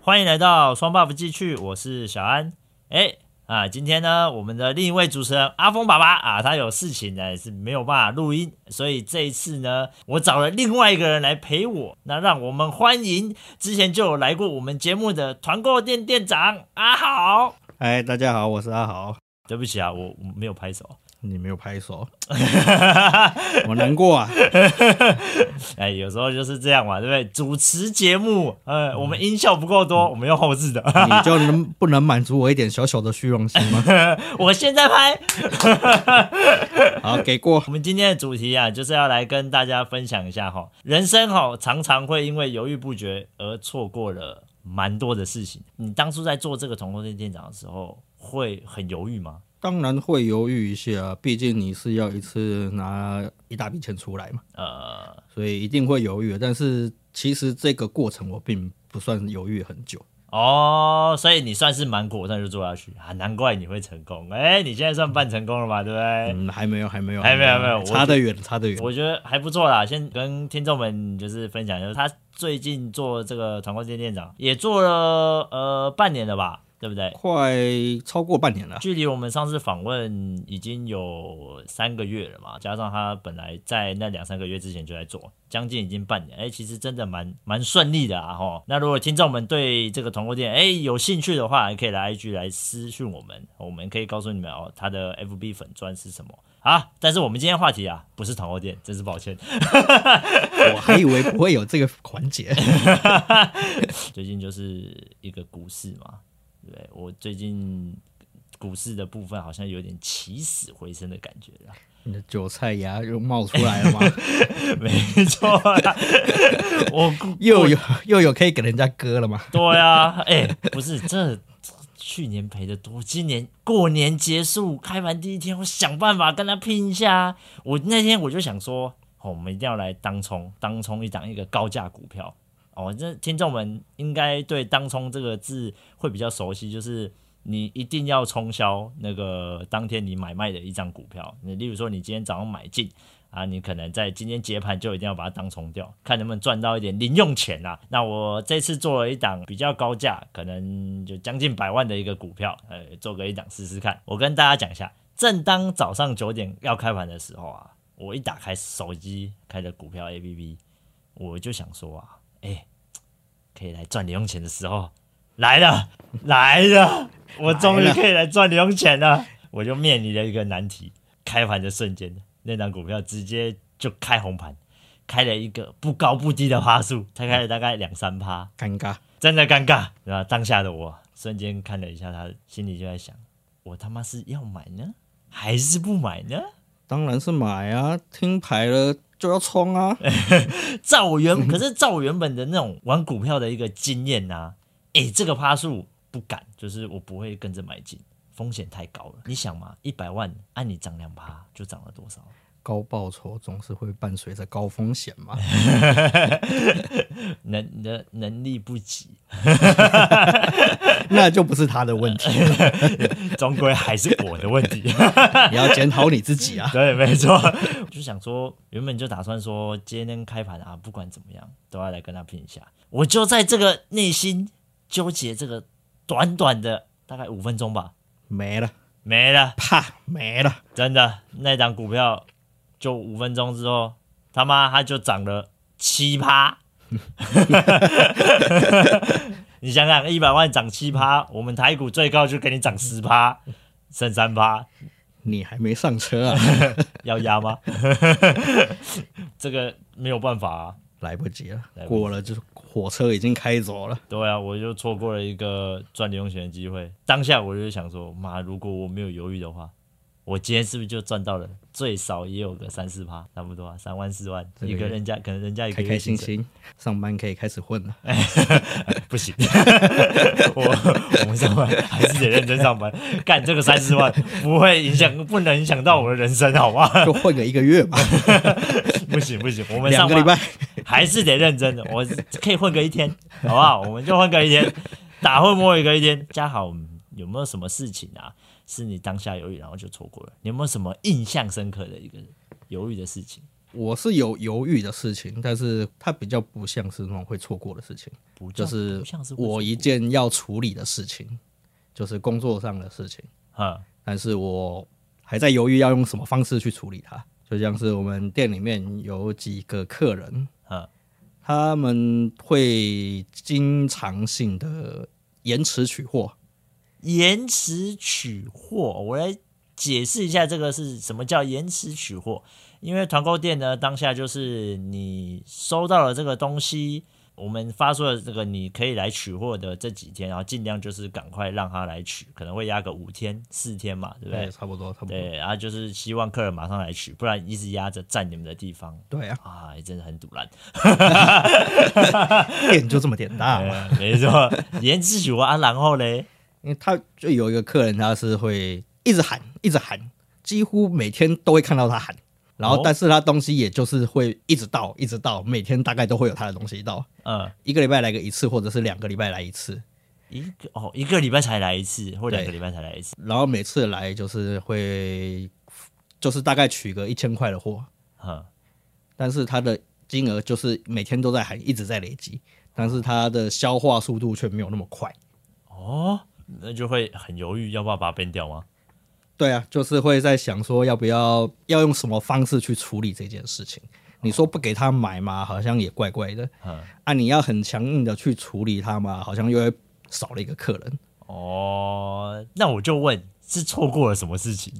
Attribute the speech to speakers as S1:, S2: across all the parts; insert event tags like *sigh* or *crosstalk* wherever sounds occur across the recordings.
S1: 欢迎来到双 buff 继续，我是小安。哎啊，今天呢，我们的另一位主持人阿峰爸爸啊，他有事情呢，是没有办法录音，所以这一次呢，我找了另外一个人来陪我。那让我们欢迎之前就有来过我们节目的团购店店长阿豪。
S2: 嗨，哎大家好，我是阿豪。
S1: 对不起啊，我我没有拍手。 *laughs*
S2: 你没有拍手， *laughs* 我难过啊。
S1: 哎，有时候就是这样嘛，对不对？主持节目，呃，我们音效不够多，我们用后置的。 *laughs*
S2: 你就能不能满足我一点小小的虚荣心吗？
S1: 我现在拍。
S2: 好，给过
S1: 我。们今天的主题啊，就是要来跟大家分享一下哈，人生哈常常会因为犹豫不决而错过了蛮多的事情。你当初在做这个同工店店长的时候，会很犹豫吗？
S2: 当然会犹豫一下，啊毕竟你是要一次拿一大笔钱出来嘛，
S1: 呃，
S2: 所以一定会犹豫的。啊但是其实这个过程我并不算犹豫很久，
S1: 哦，所以你算是蛮果断就做下去啊，难怪你会成功。哎、你现在算半成功了吧，对不对？
S2: 嗯，还没有，还没有，
S1: 哎还没有还没有我
S2: 差得远，差得远。
S1: 我觉得还不错啦，先跟听众们就是分享一下，他最近做这个团购店店长也做了呃半年了吧，对不对？
S2: 快超过半
S1: *laughs*
S2: 年了，
S1: 距离我们上次访问已经有三个月了嘛，加上他本来在那两三个月之前就在做，将近已经半年。哎、其实真的蛮蛮顺利的啊吼。那如果听众们对这个团购店哎、有兴趣的话，也可以来 IG 来私讯我们，我们可以告诉你们哦，他的 FB 粉砖是什么。啊！但是我们今天话题啊，不是团购店，真是抱歉。
S2: 我还以为不会有这个环
S1: *laughs*
S2: 节。
S1: 最近就是一个股市嘛，对不对？我最近股市的部分好像有点起死回生的感觉了。 *laughs*
S2: 你的韭菜芽又冒出来了吗？
S1: 没错啊啦，我估
S2: 又有 *laughs* 又有可以给人家割了吗？
S1: 对啊，哎、不是这。这去年赔的多，今年过年结束开盘第一天，我想办法跟他拼一下啊。我那天我就想说，哦，我们一定要来当冲，当冲一档一个高价股票。哦，这听众们应该对“当冲”这个字会比较熟悉，就是你一定要冲销那个当天你买卖的一张股票。你例如说，你今天早上买进，啊，你可能在今天结盘就一定要把它当冲掉，看能不能赚到一点零用钱啦、那我这次做了一档比较高价，可能就将近百万的一个股票，呃，做个一档试试看。我跟大家讲一下，正当早上九点要开盘的时候啊，我一打开手机开的股票 APP，我就想说啊，哎、可以来赚零用钱的时候来了，来了，我终于
S2: 来了
S1: 可以来赚零用钱了。我就面临了一个难题，开盘的瞬间，那张股票直接就开红盘，开了一个不高不低的趴数，才开了大概两三趴，
S2: 尴尬。
S1: 真的尴尬。对吧？当下的我瞬间看了一下他，心里就在想：我他妈是要买呢，还是不买呢？
S2: 当然是买啊，听牌了就要冲啊！
S1: 照我原可是照我原本的那种玩股票的一个经验呐、啊，诶，这个趴数不敢，就是我不会跟着买进，风险太高了。你想嘛，一百万按你涨两趴就涨了多少？
S2: *laughs* 高报酬总是会伴随着高风险嘛。 *laughs*
S1: 能能能力不及，
S2: 那就不是他的问 *laughs* 题，
S1: 终归还是我的问题。
S2: 你要检讨你自己啊。
S1: *laughs* 对，没错。就想说，原本就打算说，今天开盘啊，不管怎么样，都要来跟他拼一下。我就在这个内心纠结这个短短的大概五分钟吧，
S2: 没了，
S1: 没了，
S2: 怕没了，
S1: 真的那档股票就五分钟之后，他妈它就涨了七 *laughs* 趴。你想想，一百万涨七趴，我们台股最高就给你涨十趴，剩三趴，
S2: 你还没上车啊， *laughs*
S1: *laughs* 要压吗？这个没有办法啊，
S2: 来不及了
S1: 来不及，
S2: 过了就是火车已经开走了。
S1: 对啊，我就错过了一个赚零用钱的机会。当下我就想说，妈，如果我没有犹豫的话，我今天是不是就赚到了？最少也有个三四趴，差不多啊，三万四万，
S2: 这个
S1: 一个人家可能人家一个
S2: 开
S1: 月
S2: 开心
S1: 薪水，
S2: 心上班可以开始混了，
S1: 不行， *laughs* 我我们上
S2: *laughs*
S1: 班还是得认真上班，干这个三四万不会影响，不能影响到我的人生，好吗？ *laughs*
S2: 就混个一个 *laughs* 月吧，
S1: 不行不行，我们
S2: 两
S1: 上
S2: 个礼
S1: 班
S2: 拜。
S1: 还是得认真的，我可以混个一天，好不好？我们就混个一天，打混摸鱼个一天。嘉豪，嗯有没有什么事情啊，是你当下犹豫然后就错过了？你有没有什么印象深刻的一个犹豫的事情？
S2: 我是有犹豫的事情，但是它比较不像是那种会错过的事情，
S1: 不叫
S2: 就是
S1: 不像是
S2: 我一件要处理的事情，就是工作上的事情，
S1: 哈
S2: 但是我还在犹豫要用什么方式去处理它。就像是我们店里面有几个客人，
S1: 哈
S2: 他们会经常性的延迟取货，
S1: 延迟取货，我来解释一下这个是什么叫延迟取货。因为团购店呢，当下就是你收到了这个东西，我们发出了这个你可以来取货的这几天，然后尽量就是赶快让他来取，可能会压个五天四天嘛，对不对？
S2: 哎差不多，差不多，
S1: 对，然后就是希望客人马上来取，不然一直压着占你们的地方
S2: 对啊，
S1: 啊，真的很堵烂。
S2: 店就这么点
S1: *laughs*
S2: 大嘛。
S1: 哎没错，延迟取货啊，然后嘞，
S2: 因为他就有一个客人，他是会一直喊，一直喊，几乎每天都会看到他喊。然
S1: 哦
S2: 后，但是他东西也就是会一直到，一直到，每天大概都会有他的东西到，
S1: 嗯，
S2: 一个礼拜来个一次，或者是两个礼拜来一次。
S1: 一个哦，一个礼拜才来一次，或
S2: 对
S1: 两个礼拜才来一次。
S2: 然后每次来就是会，就是大概取个一千块的货，
S1: 嗯，
S2: 但是他的金额就是每天都在喊，一直在累积，但是他的消化速度却没有那么快。
S1: 哦，那就会很犹豫，要不要把它变掉吗？
S2: 对啊，就是会在想说要不要要用什么方式去处理这件事情。你说不给他买嘛，好像也怪怪的
S1: 嗯。
S2: 啊，你要很强硬的去处理他嘛，好像又会少了一个客人。
S1: 哦，那我就问，是错过了什么事情？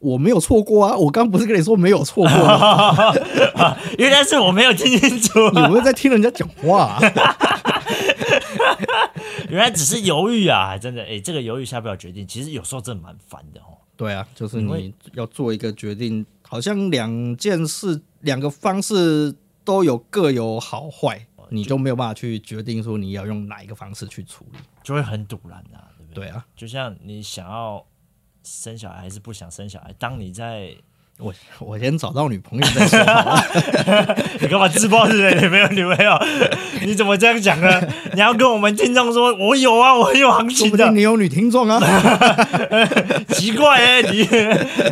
S2: 我没有错过啊，我刚不是跟你说没有错过吗？
S1: 原来是我没有听清楚，
S2: 你不是在听人家讲话、啊？
S1: 原来只是犹豫啊！真的，哎、这个犹豫下不了决定，其实有时候真的蛮烦的哦。
S2: 对啊，就是
S1: 因为
S2: 你要做一个决定，好像两件事、两个方式都有各有好坏，
S1: 哦
S2: 你就没有办法去决定说你要用哪一个方式去处理。
S1: 就会很堵然啊，对不对？
S2: 对啊，
S1: 就像你想要生小孩还是不想生小孩，当你在
S2: 我我先找到女朋友再说。
S1: *laughs* 你干嘛自爆是不是？你没有女朋友？你怎么这样讲呢？你要跟我们听众说，我有啊，我很有行
S2: 说
S1: 情
S2: 不定
S1: 的。
S2: 你有女听
S1: *laughs*
S2: 众啊。
S1: 奇怪哎、你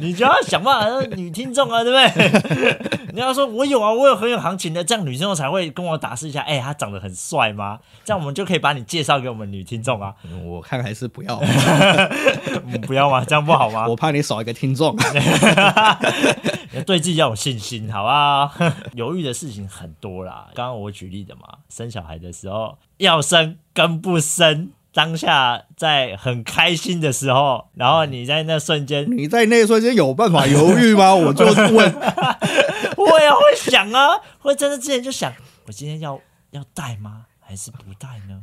S1: *laughs* 你就要想办法让女听众啊，对不对？ *laughs* 你要说我有啊，我有很有行情的，这样女听众才会跟我打试一下。哎、他长得很帅吗？这样我们就可以把你介绍给我们女听众啊。
S2: 我看还是不
S1: *laughs*
S2: 要，
S1: 嗯不要吗？这样不好吗？
S2: *laughs* 我怕你少一个听众。 *laughs*
S1: 要对自己要有信心，好不好？ *laughs* 犹豫的事情很多啦，刚刚我举例的嘛，生小孩的时候要生跟不生，当下在很开心的时候，然后你在那瞬间，
S2: 你在那一瞬间有办法犹豫
S1: *laughs*
S2: 吗？我就问，
S1: 我也会想啊，会真的之前就想，我今天要要带吗？还是不带呢？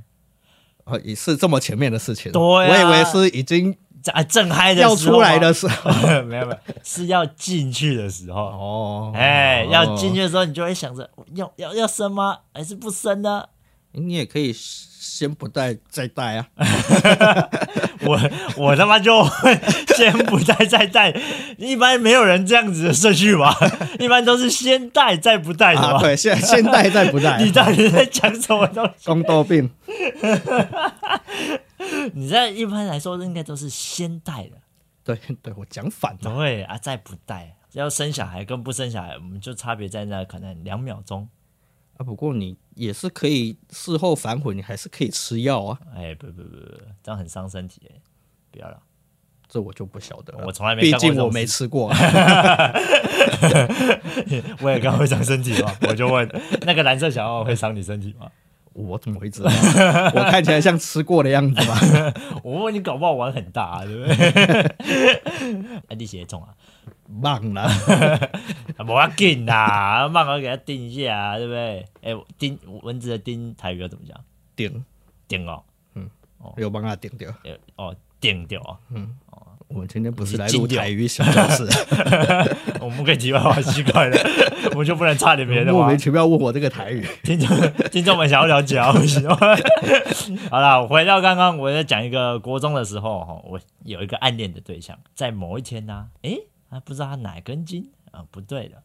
S2: 哦也是这么前面的事情。
S1: 对啊
S2: 我以为是已经
S1: 在啊正嗨的时候吗
S2: 要出来的，时候。
S1: *laughs* 没有没有，是要进去的时候。
S2: 哦，
S1: 哎、要进
S2: 去，
S1: 去的时候，你就会想着要要要生吗？还是不生呢？
S2: 你也可以先不带再带啊。
S1: 我我他妈就会先不带再带，一般没有人这样子的顺序
S2: *laughs*
S1: 吧？一般都是先带再不带的
S2: 啊，
S1: 吧？
S2: 对，现现带再不
S1: *laughs*
S2: 带
S1: 你，到底在讲什么东西？
S2: 宫斗病。
S1: 你在一般来说应该都是先带的，
S2: 对对，我讲反了。
S1: 对啊，再不带，要生小孩跟不生小孩，我们就差别在那可能两秒钟。
S2: 啊，不过你也是可以事后反悔，你还是可以吃药啊。
S1: 哎，不不不不，这样很伤身体哎，不要了， *laughs*
S2: 这我就不晓得了，
S1: 我从来没
S2: 毕
S1: 干过
S2: 竟
S1: 这种
S2: 我没
S1: 事
S2: 吃过啊。
S1: 我也刚会伤身体吗？我 *laughs* 就问，那个蓝色小药会伤你身体吗？
S2: *laughs* 我怎么会知道？我看起来像吃过的样
S1: *laughs*
S2: 子吗？
S1: 我问你，搞不好玩很大、啊，对不对？ *laughs* 哎，你写中啊，
S2: 忘了，
S1: 啊不要紧啦，慢慢给它定一下、啊，对不对？哎、我叮蚊子的叮台语要怎么讲？
S2: 顶
S1: 叮哦，
S2: 有帮他顶掉。
S1: 呃哦，叮掉哦。
S2: 我们今天不是来
S1: 你
S2: 录
S1: 禁掉
S2: 台语小教
S1: *laughs*
S2: 室，
S1: 我们可以题外话，奇怪了， *laughs* 我就不能差点别的
S2: 莫
S1: 吗
S2: 名？其妙问我这个台语。
S1: 听众 *laughs* 听众们想要了解啊，不行吗？好啦，我回到刚刚我在讲一个国中的时候哈，我有一个暗恋的对象，在某一天呢、诶，他不知道他哪根筋啊、不对了，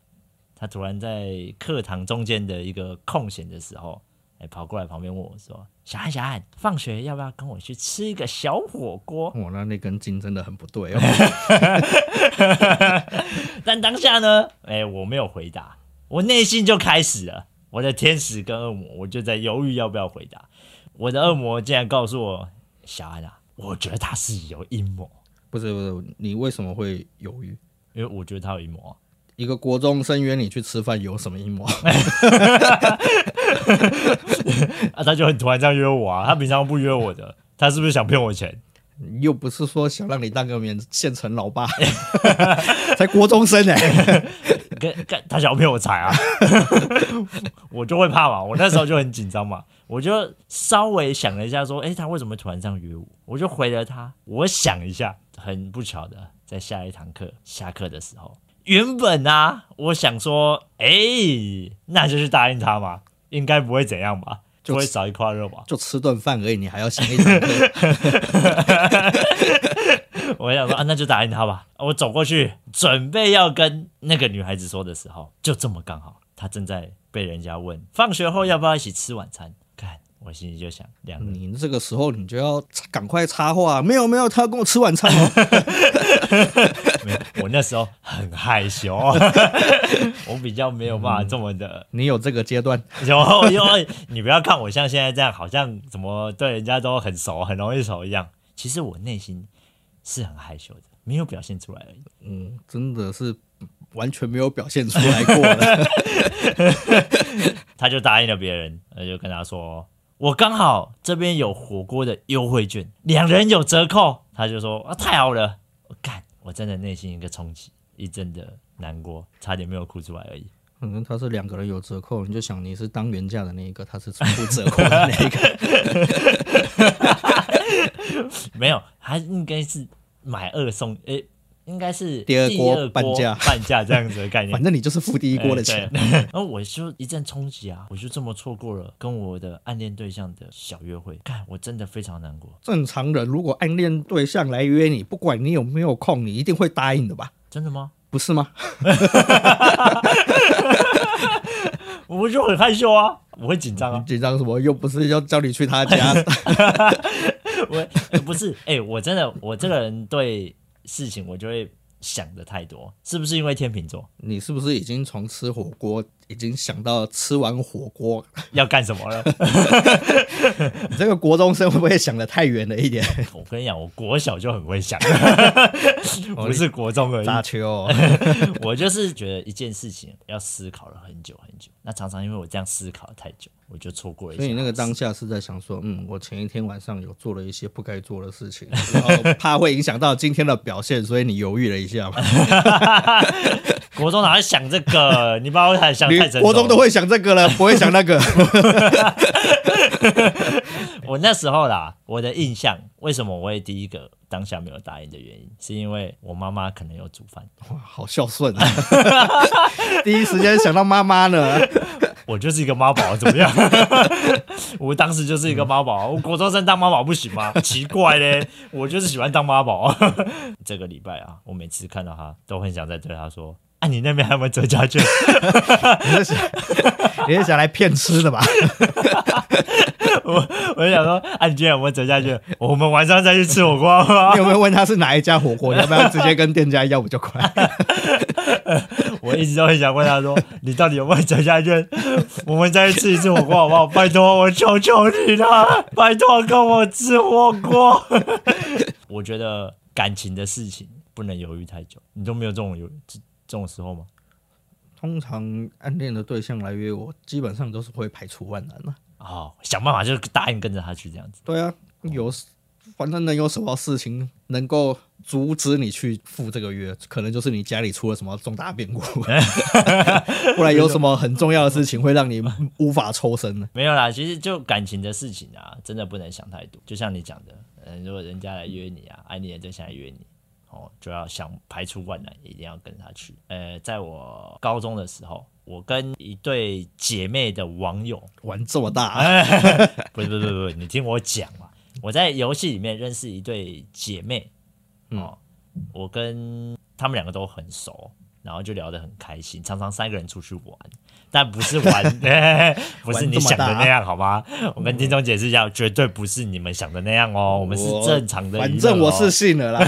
S1: 他突然在课堂中间的一个空闲的时候，哎、跑过来旁边问我说：“小汉，小汉，放学要不要跟我去吃一个小火锅
S2: 我那那根筋真的很不对哦。？”
S1: 但当下呢，哎、我没有回答，我内心就开始了，我的天使跟恶魔，我就在犹豫要不要回答。我的恶魔竟然告诉我，小安啊，我觉得他是有阴谋，
S2: 不是不是，你为什么会犹豫？
S1: 因为我觉得他有阴谋啊、
S2: 一个国中生约你去吃饭，有什么阴谋？
S1: 啊，他就很突然这样约我啊，他平常不约我的，他是不是想骗我钱？
S2: 又不是说想让你当个免县城老爸， *laughs* 才国中生哎、
S1: 跟跟他想要骗我财啊， *laughs* 我就会怕嘛，我那时候就很紧张嘛，我就稍微想了一下，说，诶，他为什么突然这样约我？我就回了他，我想一下，很不巧的，在下一堂课下课的时候，原本啊，我想说，诶，那就去答应他嘛，应该不会怎样吧，就会少一块肉吧。
S2: *laughs* 就吃顿饭而已，你还要想一堂课？
S1: 我想说啊，那就答应他吧。我走过去，准备要跟那个女孩子说的时候，就这么刚好，她正在被人家问放学后要不要一起吃晚餐。看，我心里就想，两个人
S2: 你这个时候你就要插赶快插话，啊没有没有，他要跟我吃晚餐哦。 *laughs*
S1: 没有，我那时候很害羞，我比较没有办法这么的。
S2: 你有这个阶段，
S1: 然后因为你不要看我像现在这样，好像怎么对人家都很熟，很容易熟一样。其实我内心是很害羞的，没有表现出来而已。
S2: 嗯，真的是完全没有表现出来过 *laughs* 的。
S1: 他就答应了别人，呃，就跟他说，我刚好这边有火锅的优惠券，两人有折扣，他就说啊，太好了，我干，我真的内心一个冲击，一阵的难过，差点没有哭出来而已。
S2: 可能他是两个人有折扣，你就想你是当原价的那一个，他是付折扣的那一个。 *laughs*
S1: 没有，他应该是买二送，诶、应该是
S2: 第二锅
S1: 锅
S2: 半价
S1: 半价这样子的概念
S2: *laughs* 反。正你就是付第一锅的钱。
S1: 哎。对然后我就一阵冲击啊，我就这么错过了跟我的暗恋对象的小约会，干，我真的非常难过，
S2: 正常人如果暗恋对象来约你，不管你有没有空，你一定会答应的吧？
S1: 真的吗？
S2: 不是吗？
S1: 我就很害羞啊，我会紧张啊
S2: 你，紧张什么？又不是要叫你去他
S1: *laughs*
S2: 家，
S1: 我 *laughs* 不是，哎、我真的，我这个人对事情我就会想的太多，是不是因为天秤座
S2: 你是不是已经从吃火锅已经想到吃完火锅？
S1: 要干什么
S2: *laughs*
S1: 了？
S2: 你这个国中生会不会想的太远了一点？
S1: 我跟你讲，我国小就很会想，不是国中而已。
S2: 哦大球、
S1: 哎我就是觉得一件事情要思考了很久很久，那常常因为我这样思考太久，我就错过了一
S2: 所
S1: 些好
S2: 以
S1: 事。
S2: 你那个当下是在想说，嗯，我前一天晚上有做了一些不该做的事情，然后怕会影响到今天的表现，所以你犹豫了一下嘛。
S1: *laughs* 啊国中哪会想这个？你把我想想
S2: 你
S1: 太成熟
S2: 国中
S1: 了
S2: 都会想这个了，不会想
S1: *laughs*
S2: 那个。
S1: 我那时候啦，我的印象为什么我会第一个当下没有答应的原因，是因为我妈妈可能有煮饭，
S2: 哇，好孝顺啊！第一时间想到妈妈呢。
S1: 我就是一个妈宝，怎么样？ *laughs* 我当时就是一个妈宝，我国中生当妈宝不行吗？奇怪嘞，我就是喜欢当妈宝。 *laughs* 这个礼拜啊，我每次看到他，都很想再对他说：“啊，你那边还有没有折价券 *laughs*
S2: 你是想你是想来骗
S1: *laughs*
S2: 吃的吧？？”
S1: 我就想说：“啊，你今天有没有折价券？我们晚上再去吃火锅好不好
S2: 你有没有问他是哪一家火锅？要不要直接跟店家要比较快？
S1: 我一直都很想问他说：“你到底有没有折价券？ *laughs* 我们再去吃一次火锅好不好？拜托，我求求你了， *laughs* 拜托跟我吃火锅。” *laughs* 我觉得感情的事情不能犹豫太久。你都没有这种犹这这种时候吗？
S2: 通常暗恋的对象来约我，基本上都是会排除万难啊的、
S1: 哦，想办法就是答应跟着他去这样子。
S2: 对啊，有反正能有什么事情能够阻止你去赴这个约？可能就是你家里出了什么重大 *laughs* 变故，不然有什么很重要的事情会让你无法抽身 *laughs* 呢？
S1: *laughs* 没有啦，其实就感情的事情啊，真的不能想太多。就像你讲的，嗯，如果人家来约你啊，爱你的对象来约你，哦，就要想排除万难，一定要跟他去。呃，在我高中的时候，我跟一对姐妹的网友，
S2: 玩这么大、
S1: 不是不是不是不是，你听我讲嘛，我在游戏里面认
S2: 嗯
S1: 识一对姐妹，哦，我跟她们两个都很熟，然后就聊得很开心，常常三个人出去玩，但不是
S2: *laughs*
S1: 玩， *laughs* 不是你想的那样，好吗？
S2: 啊
S1: 我跟听众解释一下，绝对不是你们想的那样哦，我们是正常的娱乐哦、
S2: 反正我是信了啦。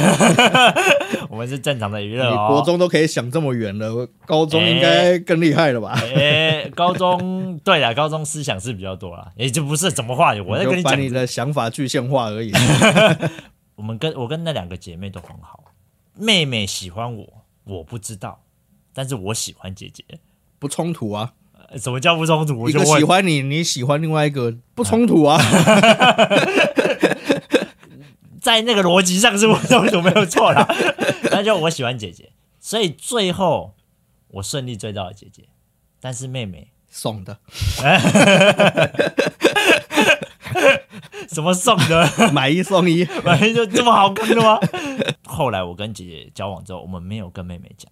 S1: 我们是正常的娱乐
S2: 你
S1: 哦。
S2: 国中都可以想这么远了，高中应该更厉害了吧？
S1: 诶、高中对啦，高中思想是比较多啦，也就不是怎么话，我在跟
S2: 就
S1: 你
S2: 把
S1: 讲，
S2: 你的想法具象化而已。
S1: 我们跟我跟那两个姐妹都很好，妹妹喜欢我，我不知道，但是我喜欢姐姐。
S2: 不冲突啊，
S1: 呃什么叫不冲突？我
S2: 一
S1: 就
S2: 个喜
S1: 问，
S2: 欢你，你喜欢另外一个，不冲突啊。
S1: 在那个逻辑上是不冲突，没有错啦。 *laughs* 那就我喜欢姐姐，所以最后我顺利追到了姐姐，但是妹妹
S2: 送的，
S1: 什么送的？
S2: *laughs* 买一送一，
S1: *laughs* 反正就这么好坑的吗？ *laughs* 后来我跟姐姐交往之后，我们没有跟妹妹讲，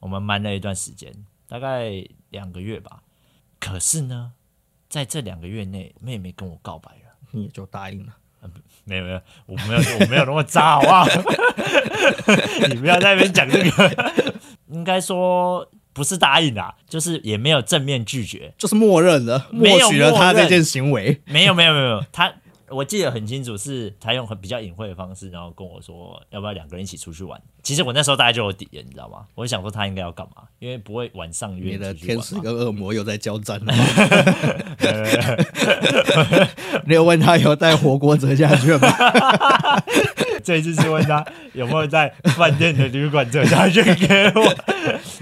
S1: 我们瞒了一段时间，大概两个月吧。可是呢，在这两个月内，妹妹跟我告白了。
S2: 你就答应了。
S1: 没有没有，我没有我没有那么渣，好不好？ *laughs* 你不要在那边讲这个。应该说不是答应啊，就是也没有正面拒绝，
S2: 就是默认了，
S1: 没
S2: 默
S1: 有
S2: 许了他
S1: 默认
S2: 这件行为。
S1: *laughs* 没有没有没有没有，他我记得很清楚，是他用很比较隐晦的方式，然后跟我说要不要两个人一起出去玩。其实我那时候大概就有底了，你知道吗？我就想说他应该要干嘛，因为不会晚上约
S2: 你的
S1: 出去
S2: 天使
S1: 玩嘛。
S2: 跟恶魔又在交战了。 *laughs* 你有问他有带火锅折价券吗？
S1: 这一次是问 *laughs* 他有没有在饭店的旅馆折下 *laughs* 去给我。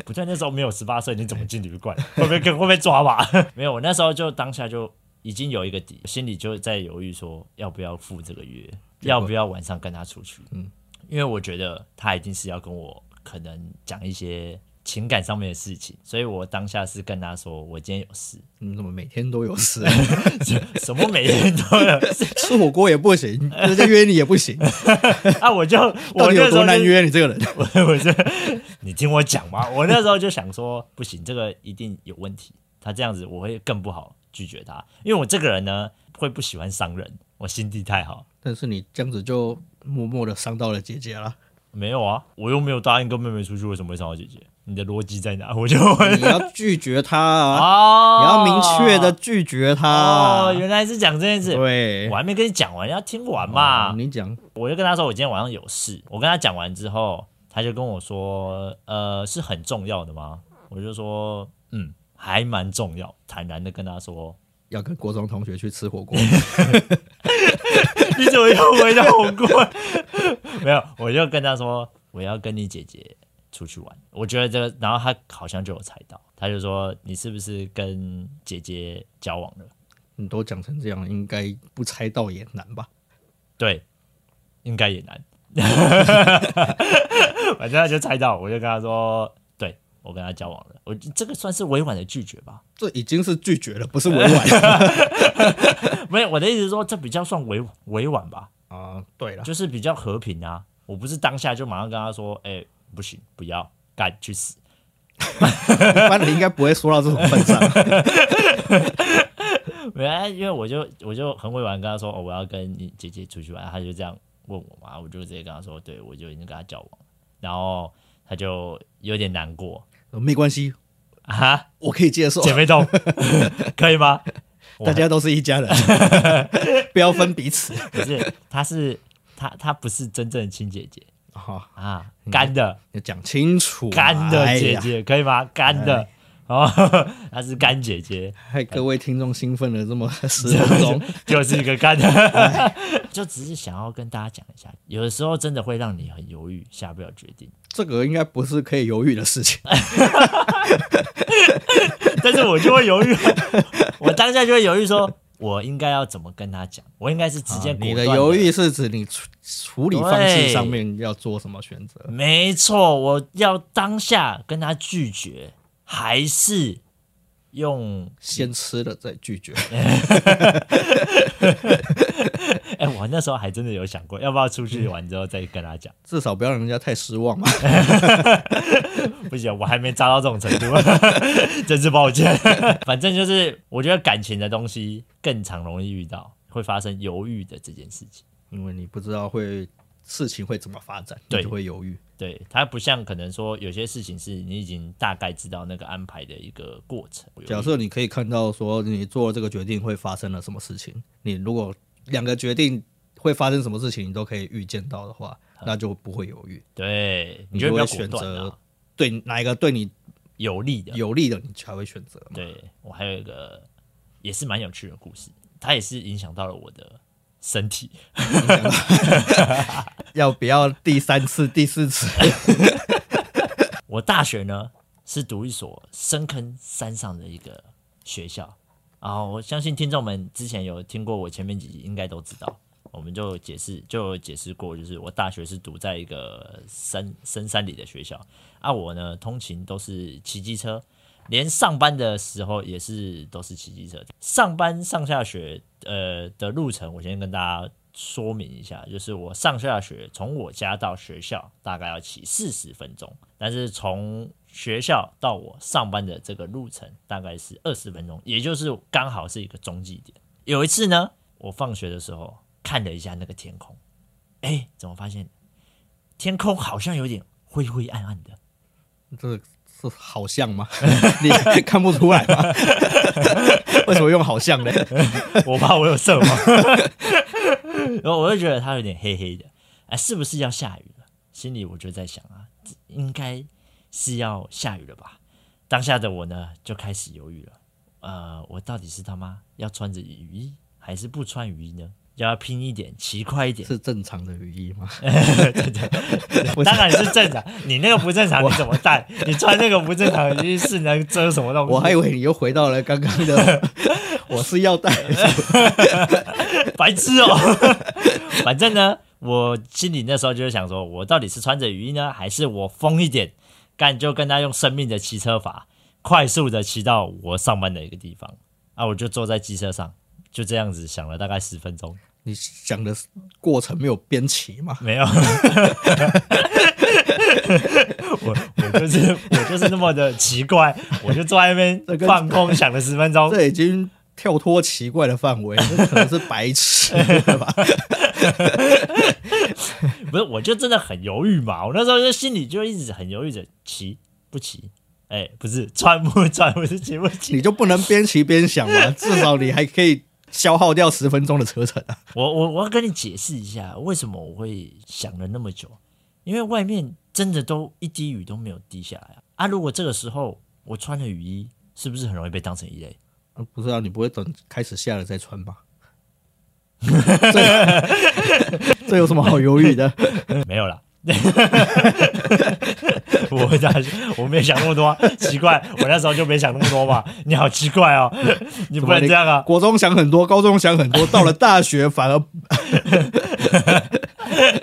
S1: 不对，那时候没有十八岁，你怎么进旅馆？会不会会不会抓吧？ *laughs* 没有，我那时候就当下就已经有一个底，心里就在犹豫说要不要赴这个约，要不要晚上跟他出去。嗯，因为我觉得他一定是要跟我可能讲一些情感上面的事情，所以我当下是跟他说我今天有 *laughs* 事，
S2: *laughs* 你怎么每天都有事？
S1: 什么每天都有事
S2: *laughs* 吃火锅也不行，人家约你也不 *laughs* 行，
S1: 啊，我 *laughs* 就
S2: 到
S1: 我
S2: 底
S1: 那
S2: 有
S1: 时候
S2: 多难
S1: 就
S2: 约你这个人？
S1: 我 *laughs* 我这，你听我讲嘛，我那时候就想说，不行，这个一定有问题。他这样子，我会更不好拒绝他，因为我这个人呢，会不喜欢伤人，我心地太好。
S2: 但是你这样子就默默的伤到了姐姐 *laughs* 了。
S1: 没有啊，我又没有答应跟妹妹出去，为什么会伤到姐姐？你的逻辑在哪？我就
S2: 你要拒绝他 *laughs* 啊！
S1: 哦
S2: 你要明确的拒绝他啊
S1: 哦，。原来是讲这件事。
S2: 对哦
S1: 我，还没跟你讲完，要听完嘛。
S2: 你讲
S1: 我就跟他说我今天晚上有事。我跟他讲完之后，他就跟我说，呃，是很重要的吗？我就说，嗯，还蛮重要。坦然的跟他说，
S2: 要跟国中同学去吃火锅，
S1: 你怎么又回到我过来？ *laughs* 没有，我就跟他说我要跟你姐姐出去玩。我觉得这个，然后他好像就有猜到，他就说你是不是跟姐姐交往了？
S2: 你都讲成这样，应该不猜到也难吧？
S1: 对，应该也难。 *laughs* 反正他就猜到，我就跟他说，对我跟他交往了，我这个算是委婉的拒绝吧。
S2: 这已经是拒绝了，不是委婉
S1: 没有，我的意思是说，这比较算委委婉吧，
S2: *laughs* 啊。对了，
S1: 就是比较和平啊。我不是当下就马上跟他说，哎、不行，不要干去死。
S2: 一般人应该不会说到这种份上。
S1: 没有，啊因为我就我就很委婉跟他说，哦，我要跟你姐姐出去玩，他就这样问我嘛，我就直接跟他说，对我就已经跟他交往了，然后他就有点难过
S2: *laughs* 没关系，
S1: 啊。
S2: 我可以接受，
S1: 姐妹洞， *laughs* 可以吗？我
S2: 大家都是一家 *laughs* 人，不要分彼此。
S1: 不是，她是她她不是真正的亲姐姐
S2: 好、
S1: 啊，干的
S2: 你讲清楚嘛，
S1: 干的姐
S2: 嗯哎呀。哎
S1: 姐可以吗？干的哦， *laughs* 她是干姐姐，
S2: 害哎各位听众兴奋了这么十分 *laughs* 钟，
S1: 就是一个干
S2: 哎
S1: 的， *laughs* 就只是想要跟大家讲一下，有的时候真的会让你很犹豫，下不了决定。
S2: 这个应该不是可以犹豫的事情。
S1: 但是我就会
S2: *laughs*
S1: 犹豫，我当下就会犹豫说。我应该要怎么跟她讲？我应该是直接果
S2: 啊哦你的
S1: 断地
S2: 犹豫是指你处处理方式上面要做什么选择？
S1: 没错，我要当下跟他拒绝，还是用？
S2: 先吃了再拒绝，
S1: 哎、我那时候还真的有想过，要不要出去
S2: 嗯
S1: 玩之后再跟他讲？
S2: 至少不要让人家太失望嘛。
S1: 不行，我还没渣到这种程度， *laughs* 真是抱歉。 *laughs* 反正就是，我觉得感情的东西更常容易遇到会发生犹豫的这件事情。
S2: 因为你不知道会事情会怎么发展，
S1: 对
S2: 你就会犹豫。
S1: 对，它不像可能说有些事情是你已经大概知道那个安排的一个过程。
S2: 假设你可以看到说你做这个决定会发生了什么事情，你如果两个决定会发生什么事情你都可以预见到的话，那就不会犹豫。
S1: 对，你
S2: 你
S1: 就
S2: 就
S1: 会
S2: 会
S1: 比较
S2: 选
S1: 果断啊
S2: 择，对哪一个对你
S1: 有利的。
S2: 有利的，你才会选择。
S1: 对我还有一个也是蛮有趣的故事，它也是影响到了我的身体。
S2: 要不要第三次、第四次？ *laughs*
S1: 我大学呢是读一所深坑山上的一个学校，然后我相信听众们之前有听过我前面几集，应该都知道。我们就解释，就有解释过，就是我大学是读在一个深深山里的学校啊，我呢通勤都是骑机车，连上班的时候也是都是骑机车。上班上下学呃的路程，我先跟大家说明一下，就是我上下学从我家到学校大概要骑四十分钟，但是从学校到我上班的这个路程大概是二十分钟，也就是刚好是一个中继点。有一次呢，我放学的时候看了一下那个天空，哎，怎么发现天空好像有点灰灰暗暗的？
S2: 这是好像吗？ *laughs* 你看不出来吗？ *laughs* 为什么用好像呢？
S1: *laughs* 我怕我有色盲， *laughs* 然后我就觉得它有点黑黑的，哎，是不是要下雨了？心里我就在想啊，这应该是要下雨了吧？当下的我呢，就开始犹豫了，呃，我到底是他妈要穿着雨衣，还是不穿雨衣呢？要拼一点，骑快一点。 *laughs*
S2: 是正常的语义吗？不是
S1: 当然是正常，你那个不正常，你怎么戴？你穿那个不正常的衣是能遮什么东西？
S2: 我还以为你又回到了刚刚的， *laughs* 我是要带。 *laughs*
S1: 白痴哦、 *laughs* 反正呢，我心里那时候就是想说，我到底是穿着雨衣呢，还是我疯一点，干就跟他用生命的骑车法，快速的骑到我上班的一个地方啊！我就坐在机车上，就这样子想了大概十分钟，
S2: 你想的过程没有编辑吗？
S1: 没有。 *laughs* 我我就是我就是那么的奇怪，我就坐在那
S2: 这
S1: 边
S2: 跟
S1: 放空想了十分钟，
S2: 这已经跳脱奇怪的范围，这可能是白痴了吧？
S1: 不是，我就真的很犹豫嘛。我那时候就心里就一直很犹豫着，骑不骑？哎、不是穿不穿，不是骑不骑。
S2: 你就不能边骑边想吗？至少你还可以消耗掉十分钟的车程啊！
S1: 我我我要跟你解释一下，为什么我会想了那么久，因为外面真的都一滴雨都没有滴下来啊。啊，如果这个时候我穿了雨衣，是不是很容易被当成异类？
S2: 啊不是啊，你不会等开始下了再穿吧？ *laughs* 这这有什么好犹豫的？
S1: 没有啦。 *laughs* 我大学我没想那么多啊、奇怪，我那时候就没想那么多嘛。你好奇怪哦，你不能这样啊！
S2: 国中想很多，高中想很多，到了大学反而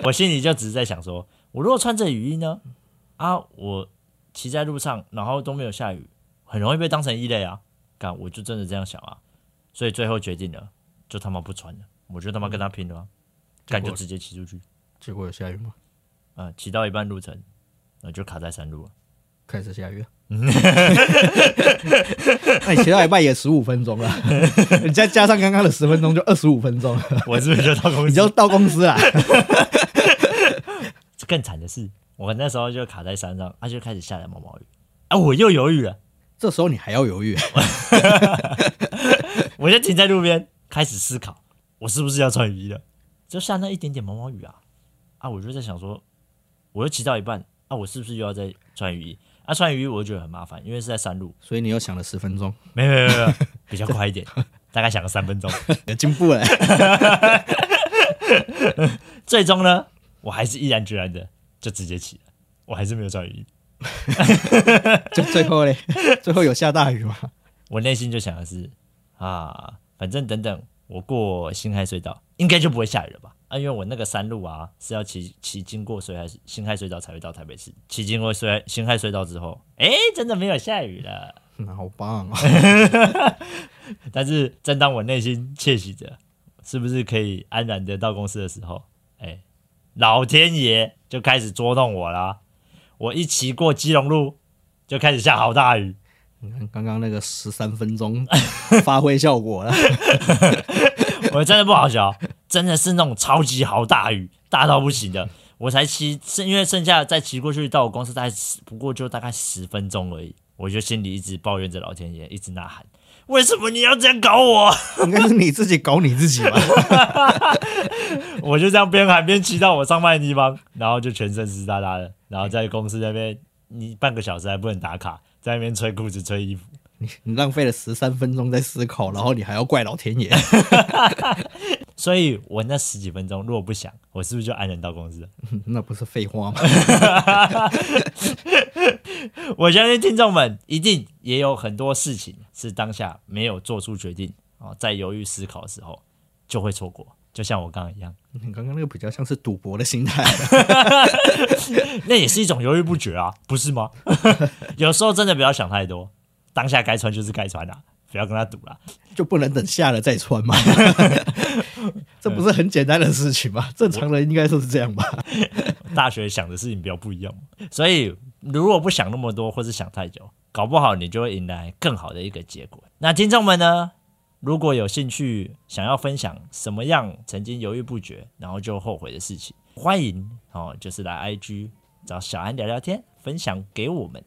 S1: 我心里就只是在想说，我如果穿着雨衣呢，啊，我骑在路上，然后都没有下雨，很容易被当成异类啊。干，我就真的这样想啊，所以最后决定了，就他妈不穿了，我就他妈跟他拼了、啊，干就直接骑出去，
S2: 结果有下雨吗？
S1: 啊、骑到一半路程，呃，就卡在山路了。
S2: 开始 *laughs* 下雨了。那你骑到一半也十五分 *laughs* 钟了，你再加上刚刚的十分钟，就二十五分 *laughs* 钟了，
S1: 我是不是就到公
S2: 你
S1: 司？
S2: 就到公司啊啦。
S1: 更惨的是，我那时候就卡在山上，啊，就开始下了毛毛雨，啊，我又犹豫了，
S2: *laughs* 这时候你还要犹豫，
S1: 我就停在路边，开始思考，我是不是要穿雨衣了？就下那一点点毛毛雨啊，啊，我就在想说，我又骑到一半，啊，我是不是又要再穿雨衣？啊，穿雨衣我就觉得很麻烦，因为是在山路，
S2: 所以你又想了十分钟，
S1: 没有没有没有，比较快一点，大概想了三分钟。
S2: 你进步 *laughs* 了。
S1: 最终呢，我还是毅然决然的就直接骑了，我还是没有穿雨衣。
S2: 就最后嘞，最后有下大雨吗？
S1: 我内心就想的是，啊，反正等等我过辛亥隧道，应该就不会下雨了吧？啊，因为我那个山路啊是要骑骑经过水海辛亥隧道才会到台北市，骑经过水海辛亥隧道之后，诶，真的没有下雨了。
S2: 嗯，好棒哦！
S1: 但是正当我内心窃喜着，是不是可以安然的到公司的时候，哎、老天爷就开始捉弄我啦！我一骑过基隆路，就开始下好大雨，
S2: 你看刚刚那个 *laughs* 十三分钟发挥效果了，
S1: 我真的不好笑。真的是那种超级豪大雨，大到不行的。我才骑，是因为剩下再骑过去到我公司大概十不过就大概十分钟而已，我就心里一直抱怨着老天爷，一直呐喊：为什么你要这样搞我？ *laughs*
S2: 应该是你自己搞你自己吧？
S1: 我就这样边喊边骑到我上班的地方，然后就全身湿哒哒的，然后在公司那边你半个小时还不能打卡，在那边吹裤子吹衣服，
S2: *laughs* 你浪费了十三分钟在思考，然后你还要怪老天爷。
S1: 所以我那十几分钟如果不想，我是不是就安然到公司啊了？
S2: *laughs* 那不是废话吗？
S1: *laughs* 我相信听众们一定也有很多事情是当下没有做出决定哦，在犹豫思考的时候就会错过，就像我刚刚一样，
S2: *laughs* 你刚刚那个比较像是赌博的心态，
S1: 那也是一种犹豫不决啊， *laughs* 不是吗？有时候真的不要想太多，当下该穿就是该穿啦、啊不要跟他赌啦。
S2: 就不能等下了再穿吗？ *laughs* 这不是很简单的事情吗？正常人应该都是这样吧？
S1: 大学想的事情比较不一样嘛，所以如果不想那么多，或是想太久，搞不好你就会迎来更好的一个结果。那听众们呢，如果有兴趣想要分享什么样曾经犹豫不决，然后就后悔的事情，欢迎哦，就是来 IG 找小安聊聊天，分享给我们。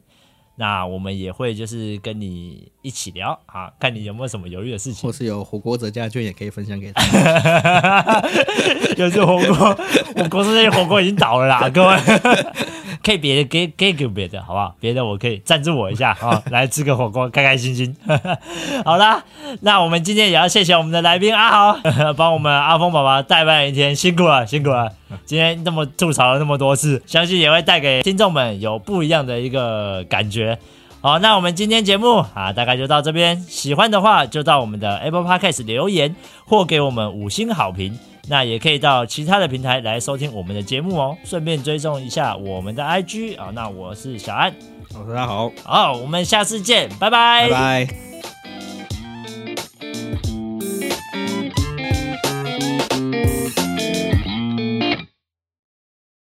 S1: 那我们也会就是跟你一起聊啊，看你有没有什么犹豫的事情
S2: 或。是有火锅折价券也可以分享给他。
S1: *laughs* 就是火锅，我公司那些火锅已经倒了啦，各位。 *laughs* 可以别的，给给给别的，好不好？别的我可以赞助我一下啊、来吃个火锅，开开心 *laughs* 心。好啦，那我们今天也要谢谢我们的来宾阿豪， *laughs* 帮我们阿峰爸爸代班一天，辛苦了，辛苦了。今天那么吐槽了那么多次，相信也会带给听众们有不一样的一个感觉。好，那我们今天节目啊，大概就到这边。喜欢的话，就到我们的 Apple Podcast 留言或给我们五星好评。那也可以到其他的平台来收听我们的节目哦，顺便追踪一下我们的 IG 啊。那我是小安，
S2: 好，大家好，
S1: 好，我们下次见，拜
S2: 拜拜。